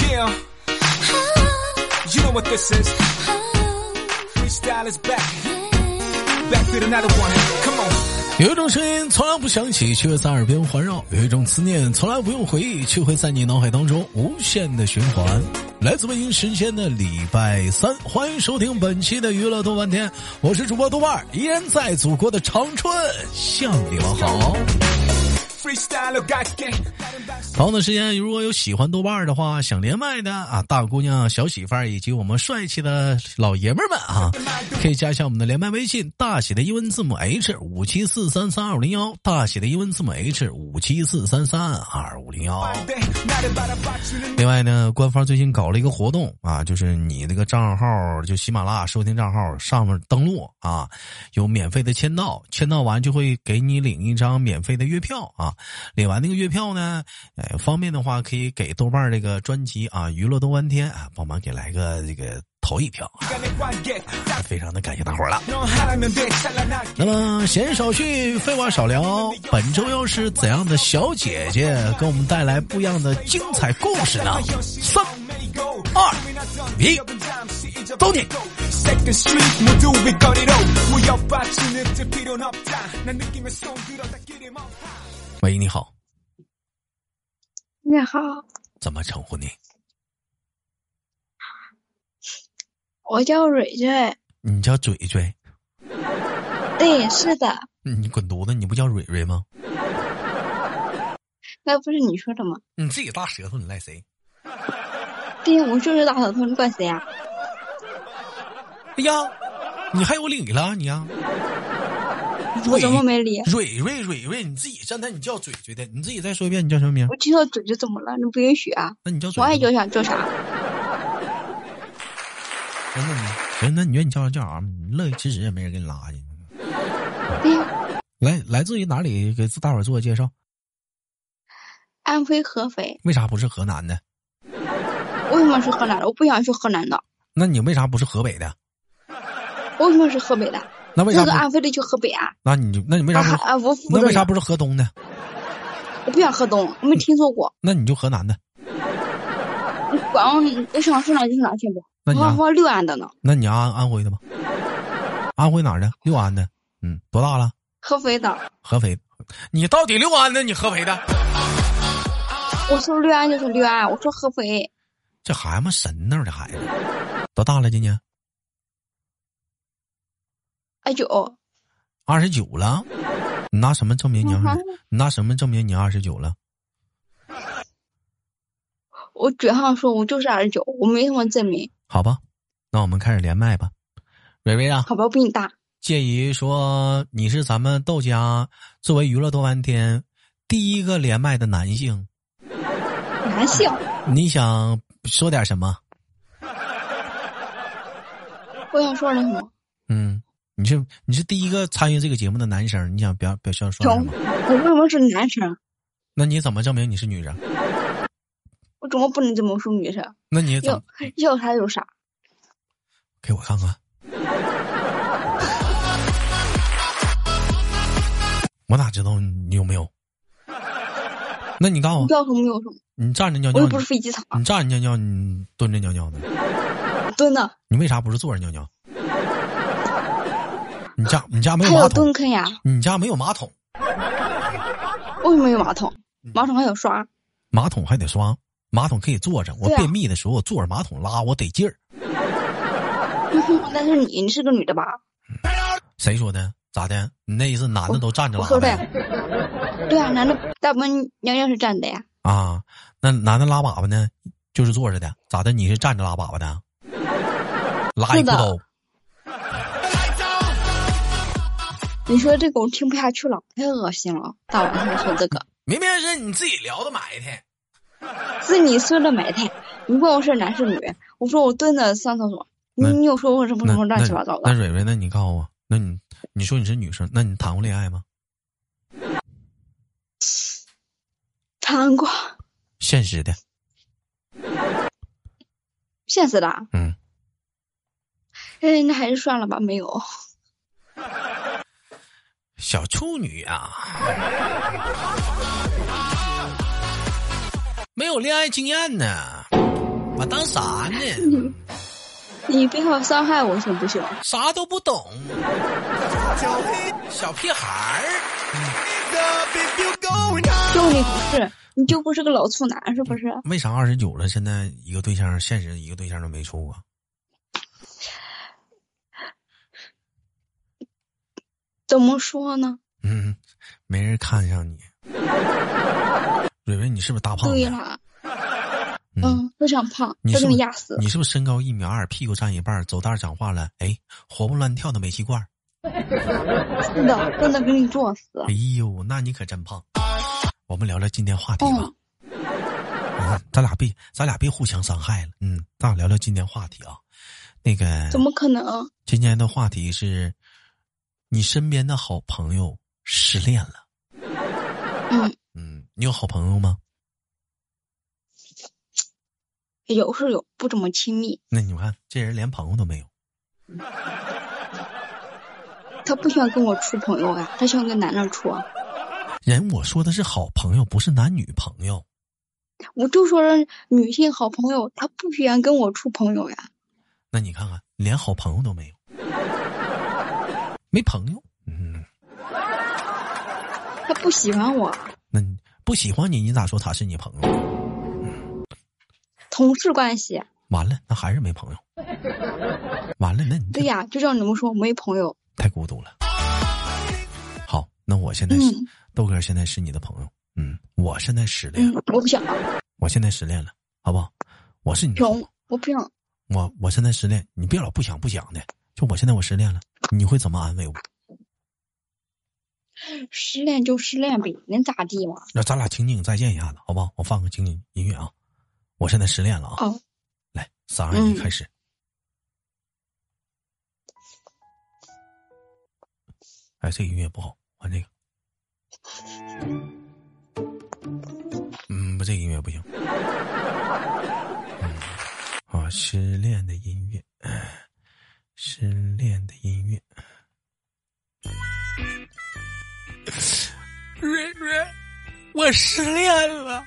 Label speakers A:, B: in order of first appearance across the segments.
A: Yeah. You know what this is. Freestyle is back. Back with another one. Come on.
B: 有一种声音从来不响起，却会在耳边环绕；有一种思念从来不用回忆，却会在你脑海当中无限的循环。来自北京时间的礼拜三，欢迎收听本期的娱乐豆瓣天，我是主播豆瓣儿，依然在祖国的长春向你们好。
A: Freestyle oh, を楽器
B: 同样的时间，如果有喜欢豆瓣儿的话，想连麦的啊，大姑娘、小媳妇儿以及我们帅气的老爷们儿们啊，可以加一下我们的连麦微信，大写的英文字母 H 五七四三三二五零幺，大写的英文字母 H 五七四三三二五零幺。
A: で慣ればらばちゅる
B: 另外呢，官方最近搞了一个活动啊，就是你那个账号，就喜马拉雅收听账号上面登录啊，有免费的签到，签到完就会给你领一张免费的月票啊。领完那个月票呢，哎，方便的话可以给豆瓣儿这个专辑啊《娱乐多翻天》啊，帮忙给来个这个投一票，
A: がねワンゲット
B: 非常的感谢大伙儿了。
A: の腹面でチャラな
B: 那么闲少叙，废话少聊，本周又是怎样的小姐姐给我们带来不一样的精彩故事呢？三。二一走你
A: Second Street 모두 we got it all 무협받치는 듯 필요는 없다 난 느낌에 손들어 닿기를 멈춰
B: 喂，你好，
C: 你好，
B: 怎么称呼你？
C: 我叫蕊蕊。
B: 你叫嘴嘴，
C: 对，是的，
B: 你滚犊子，你不叫蕊蕊吗？
C: 那不是你说的吗？
B: 你自己大舌头，你赖谁？
C: 对呀，我就是大舌头，你管谁呀、
B: 哎呀，你还有理了你呀？
C: 我
B: 蕊
C: 怎么没理？
B: 蕊蕊蕊蕊，你自己站台，你叫嘴嘴的，你自己再说一遍，你叫什么名
C: 我？知道嘴就怎么了？你不允许啊！
B: 那你叫嘴
C: 我爱
B: 嘴
C: 叫
B: 吧。
C: 啥叫啥。
B: 真的吗？行，那你愿意叫啥叫啥吧，你乐意吃屎也没人给你拉去。
C: 对呀，
B: 来，来自于哪里？给大伙儿做个介绍。
C: 安徽合肥，
B: 为啥不是河南的？
C: 为什么是河南的？我不想去河南的，
B: 那你为啥不是河北的？
C: 我为什么是河北的？
B: 那为啥
C: 那
B: 不
C: 个？安徽的去河北啊？
B: 那你就那你为啥
C: 啊
B: 不是？
C: 啊！我不
B: 那为啥
C: 不？
B: 不是河东的？
C: 我不想河东，我没听说过。
B: 那你就河南的。
C: 你管我，我想去哪儿就是哪儿去吧。
B: 那你
C: 我
B: 安
C: 我六安的呢，
B: 那你安安徽的吧？安徽哪儿的？六安的。嗯，多大了？
C: 合肥的。
B: 合肥。你到底六安的？你合肥的？
C: 我说六安就是六安，我说合肥
B: 这孩子神呢，这孩子多大了？今年
C: 二九。
B: 二十九了。你拿什么证哎明你二
C: 嗯
B: 十
C: 哼？
B: 你拿什么证明你二十九了？
C: 我嘴上说我就是二十九，我没什么证明。
B: 好吧，那我们开始连麦吧。蕊蕊啊，
C: 好吧，我比你大。
B: 介于说你是咱们豆家作为娱乐多半天第一个连麦的男性，
C: 男性，
B: 你想说点什么？
C: 我想说点什么？
B: 嗯，你是你是第一个参与这个节目的男生，你想表表现说
C: 穷，
B: 什么？
C: 我为什么是男生？
B: 那你怎么证明你是女人？
C: 我怎么不能这么说女生？
B: 那你怎
C: 要
B: 么
C: 要啥有啥。
B: 给我看看？我哪知道你有没有？那你告诉
C: 你
B: 我，
C: 要什么有什么，
B: 你站着尿
C: 我
B: 尿，
C: 又不
B: 嗯
C: 是
B: 你
C: 飞机场，
B: 你站着尿尿，你蹲着尿尿的，
C: 蹲的，
B: 你为啥不是坐着尿尿？你家你家没有
C: 还
B: 马
C: 有
B: 桶
C: 蹲？坑呀？
B: 你家没有马桶？
C: 为什么有马桶？
B: 嗯
C: 马桶还有刷，
B: 马桶还得刷，马桶可以坐着。我
C: 对啊
B: 便秘的时候，我坐着马桶拉，我得劲儿。
C: 那是你，你是个女的吧？
B: 谁说的？咋的？你那意思男的都站着
C: 我
B: 拉
C: 说的呀
B: 呗？。
C: 对啊，男的大部分尿尿是站的呀。
B: 啊，那男的拉粑粑呢，就是坐着的。咋的？你是站着拉粑粑的？拉一
C: 是
B: 裤
C: 的
B: 兜。
C: 你说这个我听不下去了，太恶心了，大晚上说这个，
B: 明明是你自己聊的埋汰。
C: 是你说的埋汰。你问我是男是女，我说我蹲着上厕所，你
B: 那
C: 你又说我什么
B: 那
C: 什么乱七八糟
B: 那那
C: 的，
B: 蕊蕊，那你告诉我，那你你说你是女生，那你谈过恋爱吗？
C: 谈过，
B: 现实的，
C: 现实的啊。
B: 嗯，
C: 哎，那还是算了吧，没有。
B: 小处女啊，没有恋爱经验呢。我当啥呢？
C: 你不要伤害我行不行？
B: 啥都不懂，小屁小屁孩儿，
C: 就你不是，你就不是个老处男是不是？
B: 为啥二十九了，现在一个对象，现实一个对象都没处啊？
C: 怎么说呢？
B: 嗯，没人看上你。蕊蕊，你是不是大胖
C: 对
B: 子？
C: 啦，嗯，非常胖，
B: 你
C: 都
B: 是不
C: 给你
B: 是
C: 压死。
B: 你是不是身高一米二，屁股占一半，走道儿讲话了？哎，活蹦乱跳的煤气罐儿。
C: 是的，真的给你作死。
B: 哎呦，那你可真胖。我们聊聊今天话题吧
C: 嗯。，
B: 啊咱俩别，咱俩别互相伤害了。嗯，咱俩聊聊今天话题啊。那个，
C: 怎么可能？
B: 今天的话题是，你身边的好朋友失恋了。
C: 嗯，
B: 嗯，你有好朋友吗？
C: 有是有，不怎么亲密。
B: 那你看，这人连朋友都没有。
C: 他不想跟我处朋友啊，他想跟男的处啊。
B: 人我说的是好朋友，不是男女朋友。
C: 我就说让女性好朋友，她不喜欢跟我处朋友呀。
B: 那你看看，连好朋友都没有，没朋友。嗯，
C: 她不喜欢我，
B: 那你不喜欢你，你咋说他是你朋友？
C: 同事关系。
B: 完了，那还是没 朋友。完了，那你
C: 对呀，就像你们说没朋友。
B: 太孤独了。好，那我现在是、
C: 嗯
B: 豆哥，现在是你的朋友。嗯，我现在失恋
C: 嗯
B: 了，，
C: 我不想，
B: 我现在失恋了，好不好？我是你的朋
C: 穷
B: 友，，
C: 我不想。
B: 我我现在失恋，你别老不想不想的。就我现在我失恋了，你会怎么安慰我？
C: 失恋就失恋呗，能咋地嘛？
B: 那咱俩情景再现一下子，好不好？我放个情景音乐啊！我现在失恋了啊！
C: 哦，
B: 来，三二一，
C: 嗯
B: 开始。哎，这个音乐不好，换这个。嗯，不，这个音乐不行。嗯，啊，失恋的音乐，哎失恋的音乐。蕊蕊，我失恋了。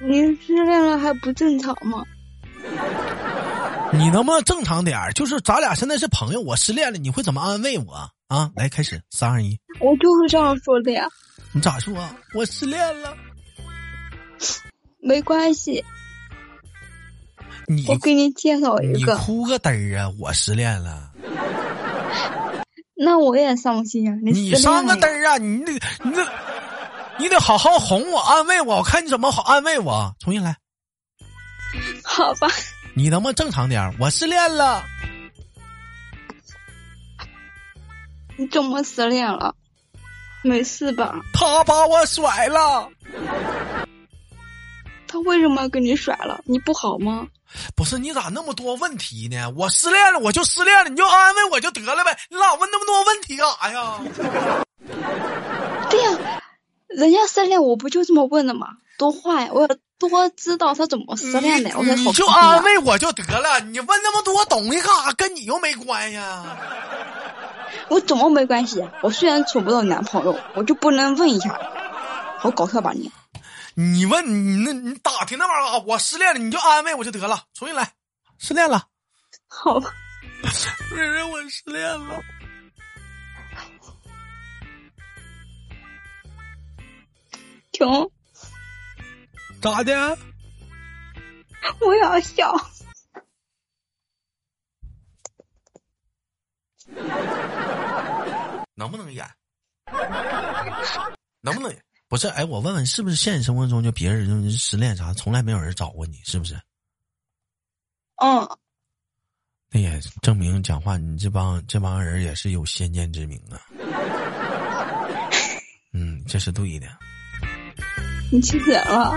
C: 你失恋了还不正常吗？
B: 你能不能正常点儿？就是咱俩现在是朋友，我失恋了，你会怎么安慰我啊？来，开始，三二一，
C: 我就是这样说的呀，
B: 你咋说、啊？我失恋了，
C: 没关系，
B: 你
C: 我给你介绍一
B: 你
C: 个。
B: 哭个嘚儿啊！我失恋了，
C: 那我也伤心呀、你
B: 你
C: 失恋
B: 上个
C: 了
B: 嘚
C: 呀？
B: 儿啊！你得你得你得好好哄我，安慰我，我看你怎么好安慰我。重新来，
C: 好吧，
B: 你能不能正常点儿？我失恋了，
C: 你怎么失恋了？没事吧？
B: 他把我甩了，
C: 他为什么要跟你甩了？你不好吗？
B: 不是你咋那么多问题呢？我失恋了，我就失恋了，你就安慰我就得了呗，你老问那么多问题干啥呀？
C: 对呀、人家失恋我不就这么问的吗？多坏呀！我要多知道他怎么失恋的，我才
B: 嗯你
C: 好
B: 就
C: 哭啊
B: 安慰我就得了，你问那么多懂的干啥？跟你又没关系啊！
C: 我怎么没关系？我虽然处不到男朋友，我就不能问一下，好搞笑 吧你？
B: 你问你那，你打听那玩意儿啊？我失恋了，你就安慰我就得了。重新来，失恋了，
C: 好吧，
B: 蕊蕊，我失恋了。
C: 停，
B: 咋的？
C: 我要笑。
B: 能不能演？能不能演？不是，哎，我问问，是不是现实生活中就别人就是失恋啥，从来没有人找过你，是不是？
C: 嗯，
B: 那也证明讲话，你这帮这帮人也是有先见之明啊。嗯，这是对的。
C: 你气死人了。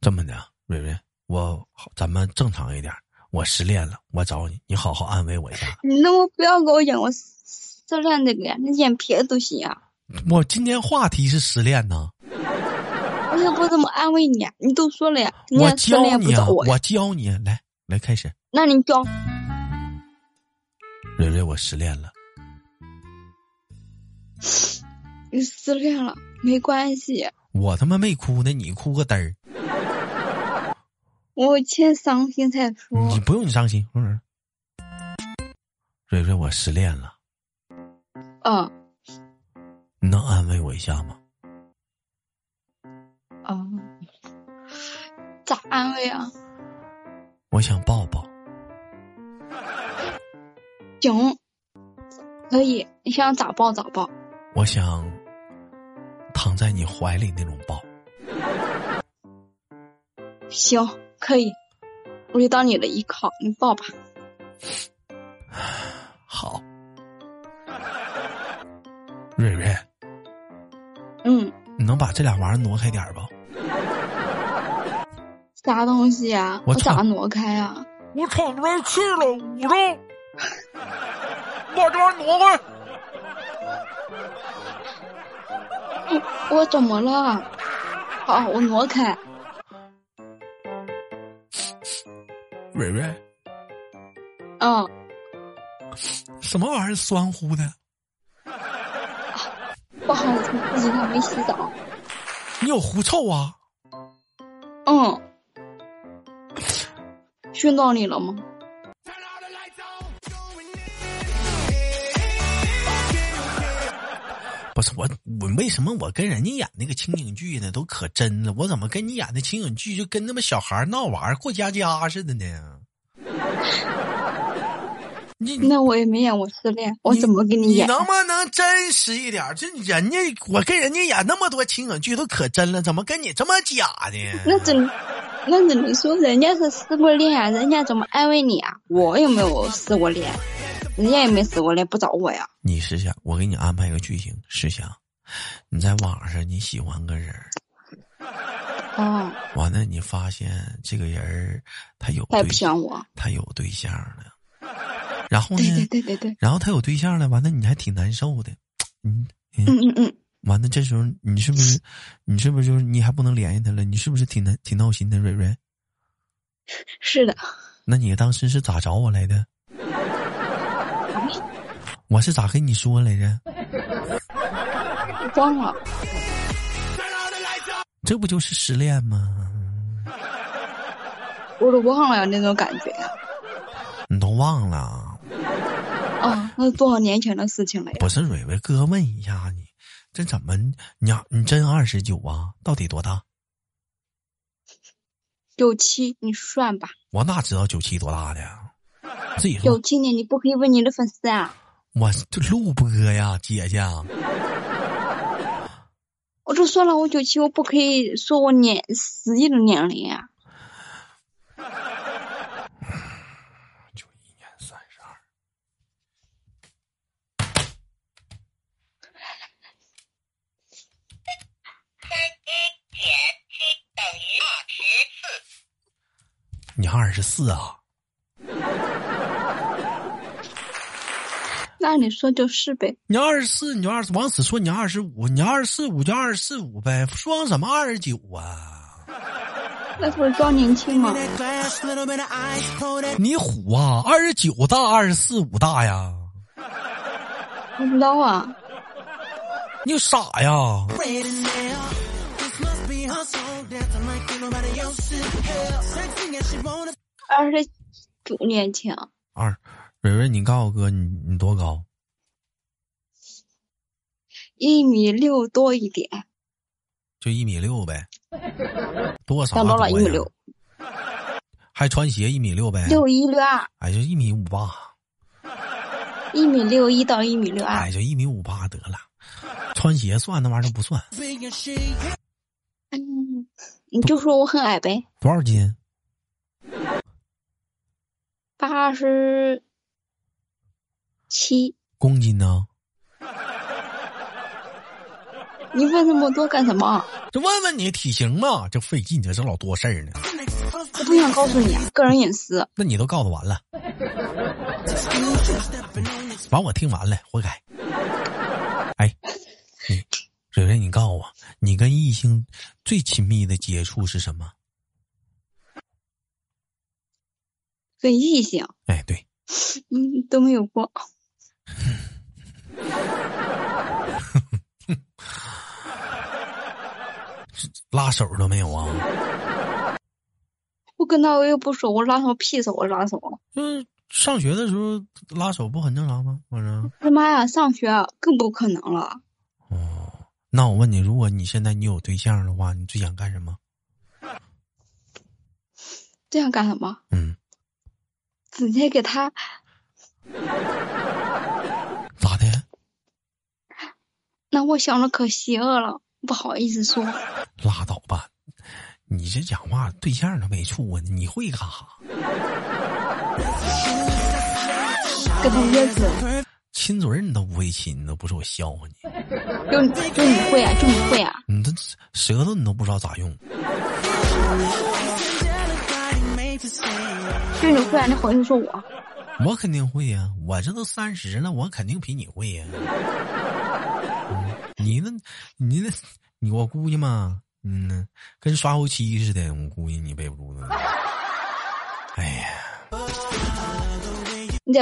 B: 这么的，蕊蕊，我好咱们正常一点。我失恋了，我找你，你好好安慰我一下。
C: 你能不能不要给我演我失恋那个呀？你演别的都行啊。
B: 我今天话题是失恋呢，
C: 我也不怎么安慰你啊，你都说了呀，人
B: 我
C: 家失恋
B: 教
C: 也不
B: 你
C: 找
B: 啊，
C: 我呀，
B: 我教你，来来开始。
C: 那你教
B: 蕊蕊，我失恋了，
C: 你失恋了没关系，
B: 我他妈没哭呢，你哭个嘚儿，
C: 我先伤心再
B: 你
C: 说。
B: 不用你伤心。嗯，蕊蕊，我失恋了，
C: 嗯
B: 你能安慰我一下吗？
C: 嗯，咋安慰啊？
B: 我想抱抱。
C: 行，可以，你想咋抱咋抱。
B: 我想躺在你怀里那种抱。
C: 行，可以，我就当你的依靠，你抱吧。
B: 好，蕊蕊，
C: 嗯，
B: 你能把这俩玩意儿挪开点儿吧？
C: 啥东西啊？
B: 我
C: 我
B: 操
C: 咋挪开啊？
B: 我喘不上气了，捂 着，把这玩意儿挪开。
C: 嗯我怎么了？好，我挪开。
B: 蕊蕊，
C: 嗯，
B: 什么玩意儿酸乎的？
C: 不好意思，这几天没洗澡。
B: 你有狐臭啊？
C: 嗯，熏到你了吗？
B: 不是我，我为什么我跟人家演那个情景剧呢，都可真了？我怎么跟你演的情景剧就跟他妈小孩闹玩儿过家家似的呢？你
C: 那我也没演我失恋，我
B: 你
C: 怎么给你演？
B: 能不能真实一点？这人家我跟人家演那么多情景剧都可真了，怎么跟你这么假
C: 那
B: 呢？
C: 只能，那只能说人家是失过恋啊，人家怎么安慰你啊？我又没有失过恋，人家也没失过恋，不找我呀？
B: 你试想，我给你安排个剧情，试想，你在网上你喜欢个人儿，
C: 哦，
B: 完了你发现这个人儿他有
C: 他也
B: 对
C: 不喜欢我。
B: 他有对象了，然后呢，
C: 对对对对对，
B: 然后他有对象了，完了你还挺难受的，嗯
C: 嗯
B: 嗯，
C: 嗯嗯，
B: 完了这时候你是不是，你是不是就是你还不能联系他了？你是不是挺难挺闹心的，蕊蕊？
C: 是的，
B: 那你当时是咋找我来的？我是咋跟你说来着？
C: 忘了。
B: 这不就是失恋吗？
C: 我都忘了呀，那种感觉呀。
B: 你都忘了？
C: 啊，那是多少年前的事情了呀
B: 不？是蕊蕊哥问一下你，这怎么你啊你真二十九啊？到底多大？
C: 九七，你算吧。
B: 我哪知道九七多大的呀？自己
C: 九
B: 说，
C: 七年，你不可以问你的粉丝啊！
B: 我这录播呀，姐啊姐，
C: 我就说了，我九七，我不可以说我年实际的年龄啊。
B: 九一年三十二，你二十四啊？
C: 那你说就是呗。
B: 你二十四，你就二十，往死说你二十五，你二十四五就二十四五呗，说什么二十九啊？
C: 那不是装年轻吗？
B: 你虎啊？二十九大，二十四五大呀？
C: 不知道啊。
B: 你傻呀？
C: 二十九年前，
B: 二，蕊蕊，你告诉哥，你你多高？
C: 一米六多一点，
B: 就一米六呗，多少、啊？
C: 长到了一米六，，
B: 还穿鞋一米六呗？
C: 六一六二，
B: 哎，就一米五八，
C: 一米六一到一米六二
B: 哎，。就一米五八得了。穿鞋算那玩意儿都不算，
C: 嗯，你就说我很矮呗。
B: 多少斤？
C: 八十七，
B: 公斤呢？
C: 你问那么多干什么？
B: 这问问你体型嘛，这费劲，这这老多事儿呢。
C: 我不想告诉你啊，个人隐私。
B: 那你都告诉完了，完我听完了，活该。哎，你蕊蕊，你告诉我，你跟异性最亲密的接触是什么？
C: 跟异性，
B: 哎，对，
C: 嗯，都没有过。
B: 拉手都没有啊？
C: 我跟他又不熟，我拉什么屁手？我拉什么？
B: 就是上学的时候拉手不很正常吗？反正
C: 我的妈呀，上学更不可能了。
B: 哦，那我问你，如果你现在你有对象的话，你最想干什么？
C: 这样干什么？
B: 嗯，
C: 直接给他
B: 咋的？
C: 那我想的可邪恶了，不好意思说。
B: 拉倒吧，你这讲话对象都没处啊，你会干哈？
C: 跟他约着，
B: 亲嘴儿你都不会亲，你都不是我笑话你，
C: 就你就你会啊，就你会啊，
B: 你这舌头你都不知道咋用。
C: 就你会啊，你好意思说我？
B: 我肯定会呀、我这都三十了，我肯定比你会呀、 嗯你那，你那，你我估计嘛，嗯呢，跟刷油漆似的，我估计你背不住呢。 哎呀，
C: 你得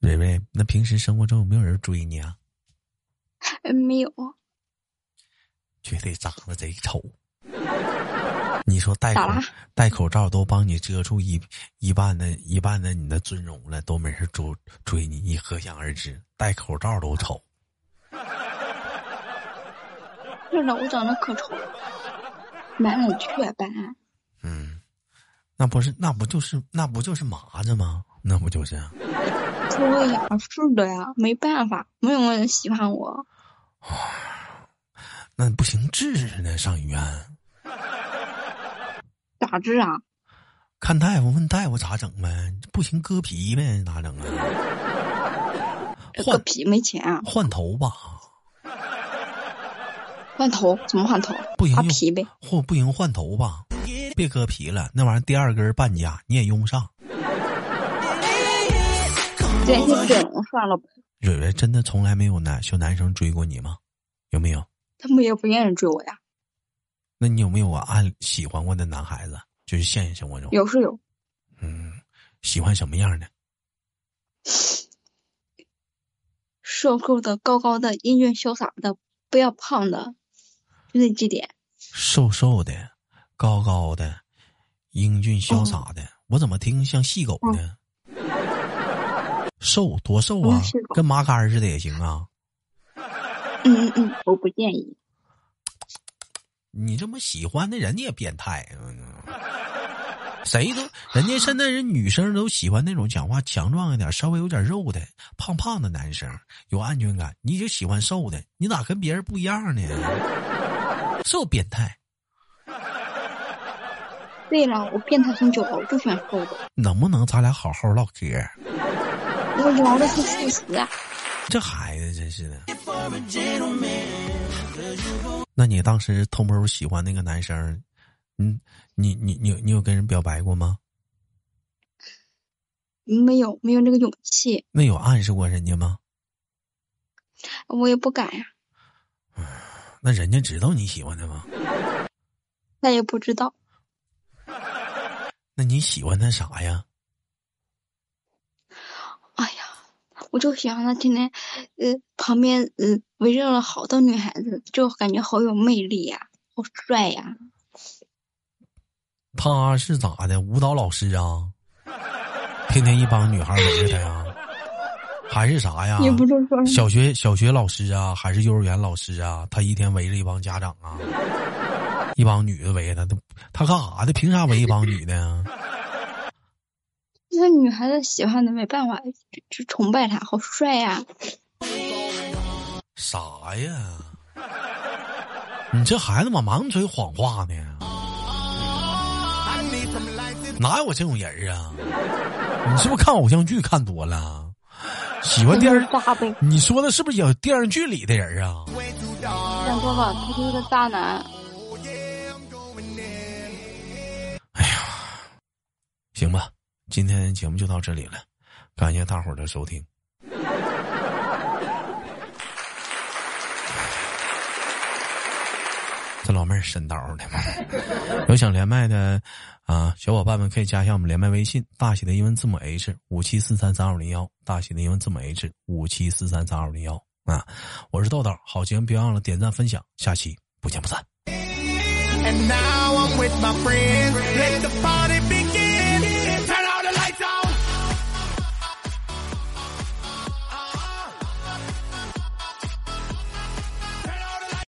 B: 蕊蕊，那平时生活中有没有人追你啊？
C: 呃没有，
B: 绝对长得贼丑。你说戴口
C: 咋啦
B: 戴口罩都帮你遮住一一半的一半的你的尊容了，都没人追追你，你可想而知，戴口罩都丑。
C: 是的，我长得可丑，满脸雀斑，
B: 嗯，那不是，那不就是，那不就是麻子吗？那不就是啊？
C: 对呀，是的呀，没办法，没有人喜欢我。
B: 那不行，治治呢，上医院
C: 咋治啊？
B: 看大夫，问大夫咋整呗？不行，割皮呗，咋整啊？
C: 割
B: 换
C: 皮没钱啊？
B: 换头吧，
C: 换头怎么换头？
B: 不行
C: 刮
B: 用
C: 皮呗。
B: 或不行换头吧，别割皮了，那玩意儿第二根半价，你也用不上。
C: 这些整容算了吧，
B: 蕊蕊真的从来没有男小男生追过你吗？有没有？
C: 他们也不愿意追我呀。
B: 那你有没有啊暗喜欢过的男孩子？就是现实生活中，
C: 有是有，
B: 嗯，喜欢什么样的？
C: 瘦瘦的、高高的、英俊潇洒的，不要胖的，就这几点。
B: 瘦瘦的，高高的，英俊潇洒的，我怎么听像细狗呢？瘦多瘦啊
C: 嗯细，狗
B: 跟麻杆儿似的也行啊。
C: 嗯嗯嗯，我不建议。
B: 你这么喜欢的人家也变态，嗯谁都人家现在人女生都喜欢那种讲话强壮一点、稍微有点肉的、胖胖的男生，有安全感。你就喜欢瘦的，你咋跟别人不一样呢？瘦变态，
C: 对了，我变态很久了，我就喜欢瘦的。
B: 能不能咱俩好好唠嗑儿？
C: 我聊的是事实啊，
B: 这孩子真是的。那你当时偷摸喜欢那个男生，嗯，你你你有你有跟人表白过吗？
C: 没有没有那个勇气，
B: 那有暗示过人家吗？
C: 我也不敢呀、
B: 那人家知道你喜欢他吗？
C: 那也不知道，
B: 那你喜欢他啥呀？
C: 哎呀，我就喜欢他天天，呃，旁边呃围绕了好多女孩子，就感觉好有魅力呀、好帅呀、
B: 他是咋的？舞蹈老师啊？天天一帮女孩围着他呀？还是啥呀？
C: 也不知道说什么
B: 小学小学老师啊，还是幼儿园老师啊？他一天围着一帮家长啊，一帮女的围着他，都他干啥的？凭啥围一帮女的呀？
C: 那女孩子喜欢的没办法，就就崇拜他，好帅呀、
B: 啥呀？你这孩子怎么满嘴谎话呢？哪有我这种人啊？你是不是看偶像剧看多了？喜欢电视？
C: 渣呗，
B: 你说的是不是有电视剧里的人啊？
C: 想多了，他就是个渣男。
B: 行吧，今天节目就到这里了，感谢大伙儿的收听。 这老妹儿神叨的， 有想连麦的啊，小伙伴们可以加一下我们连麦微信，大写的英文字母 H 五七四三三二零幺，大写的英文字母 H 五七四三三二零幺啊，我是豆豆，好节目别忘了点赞分享，下期不见不散。
D: Hãy subscribe cho kênh Ghiền Mì Gõ Để không bỏ lỡ
A: with my friends.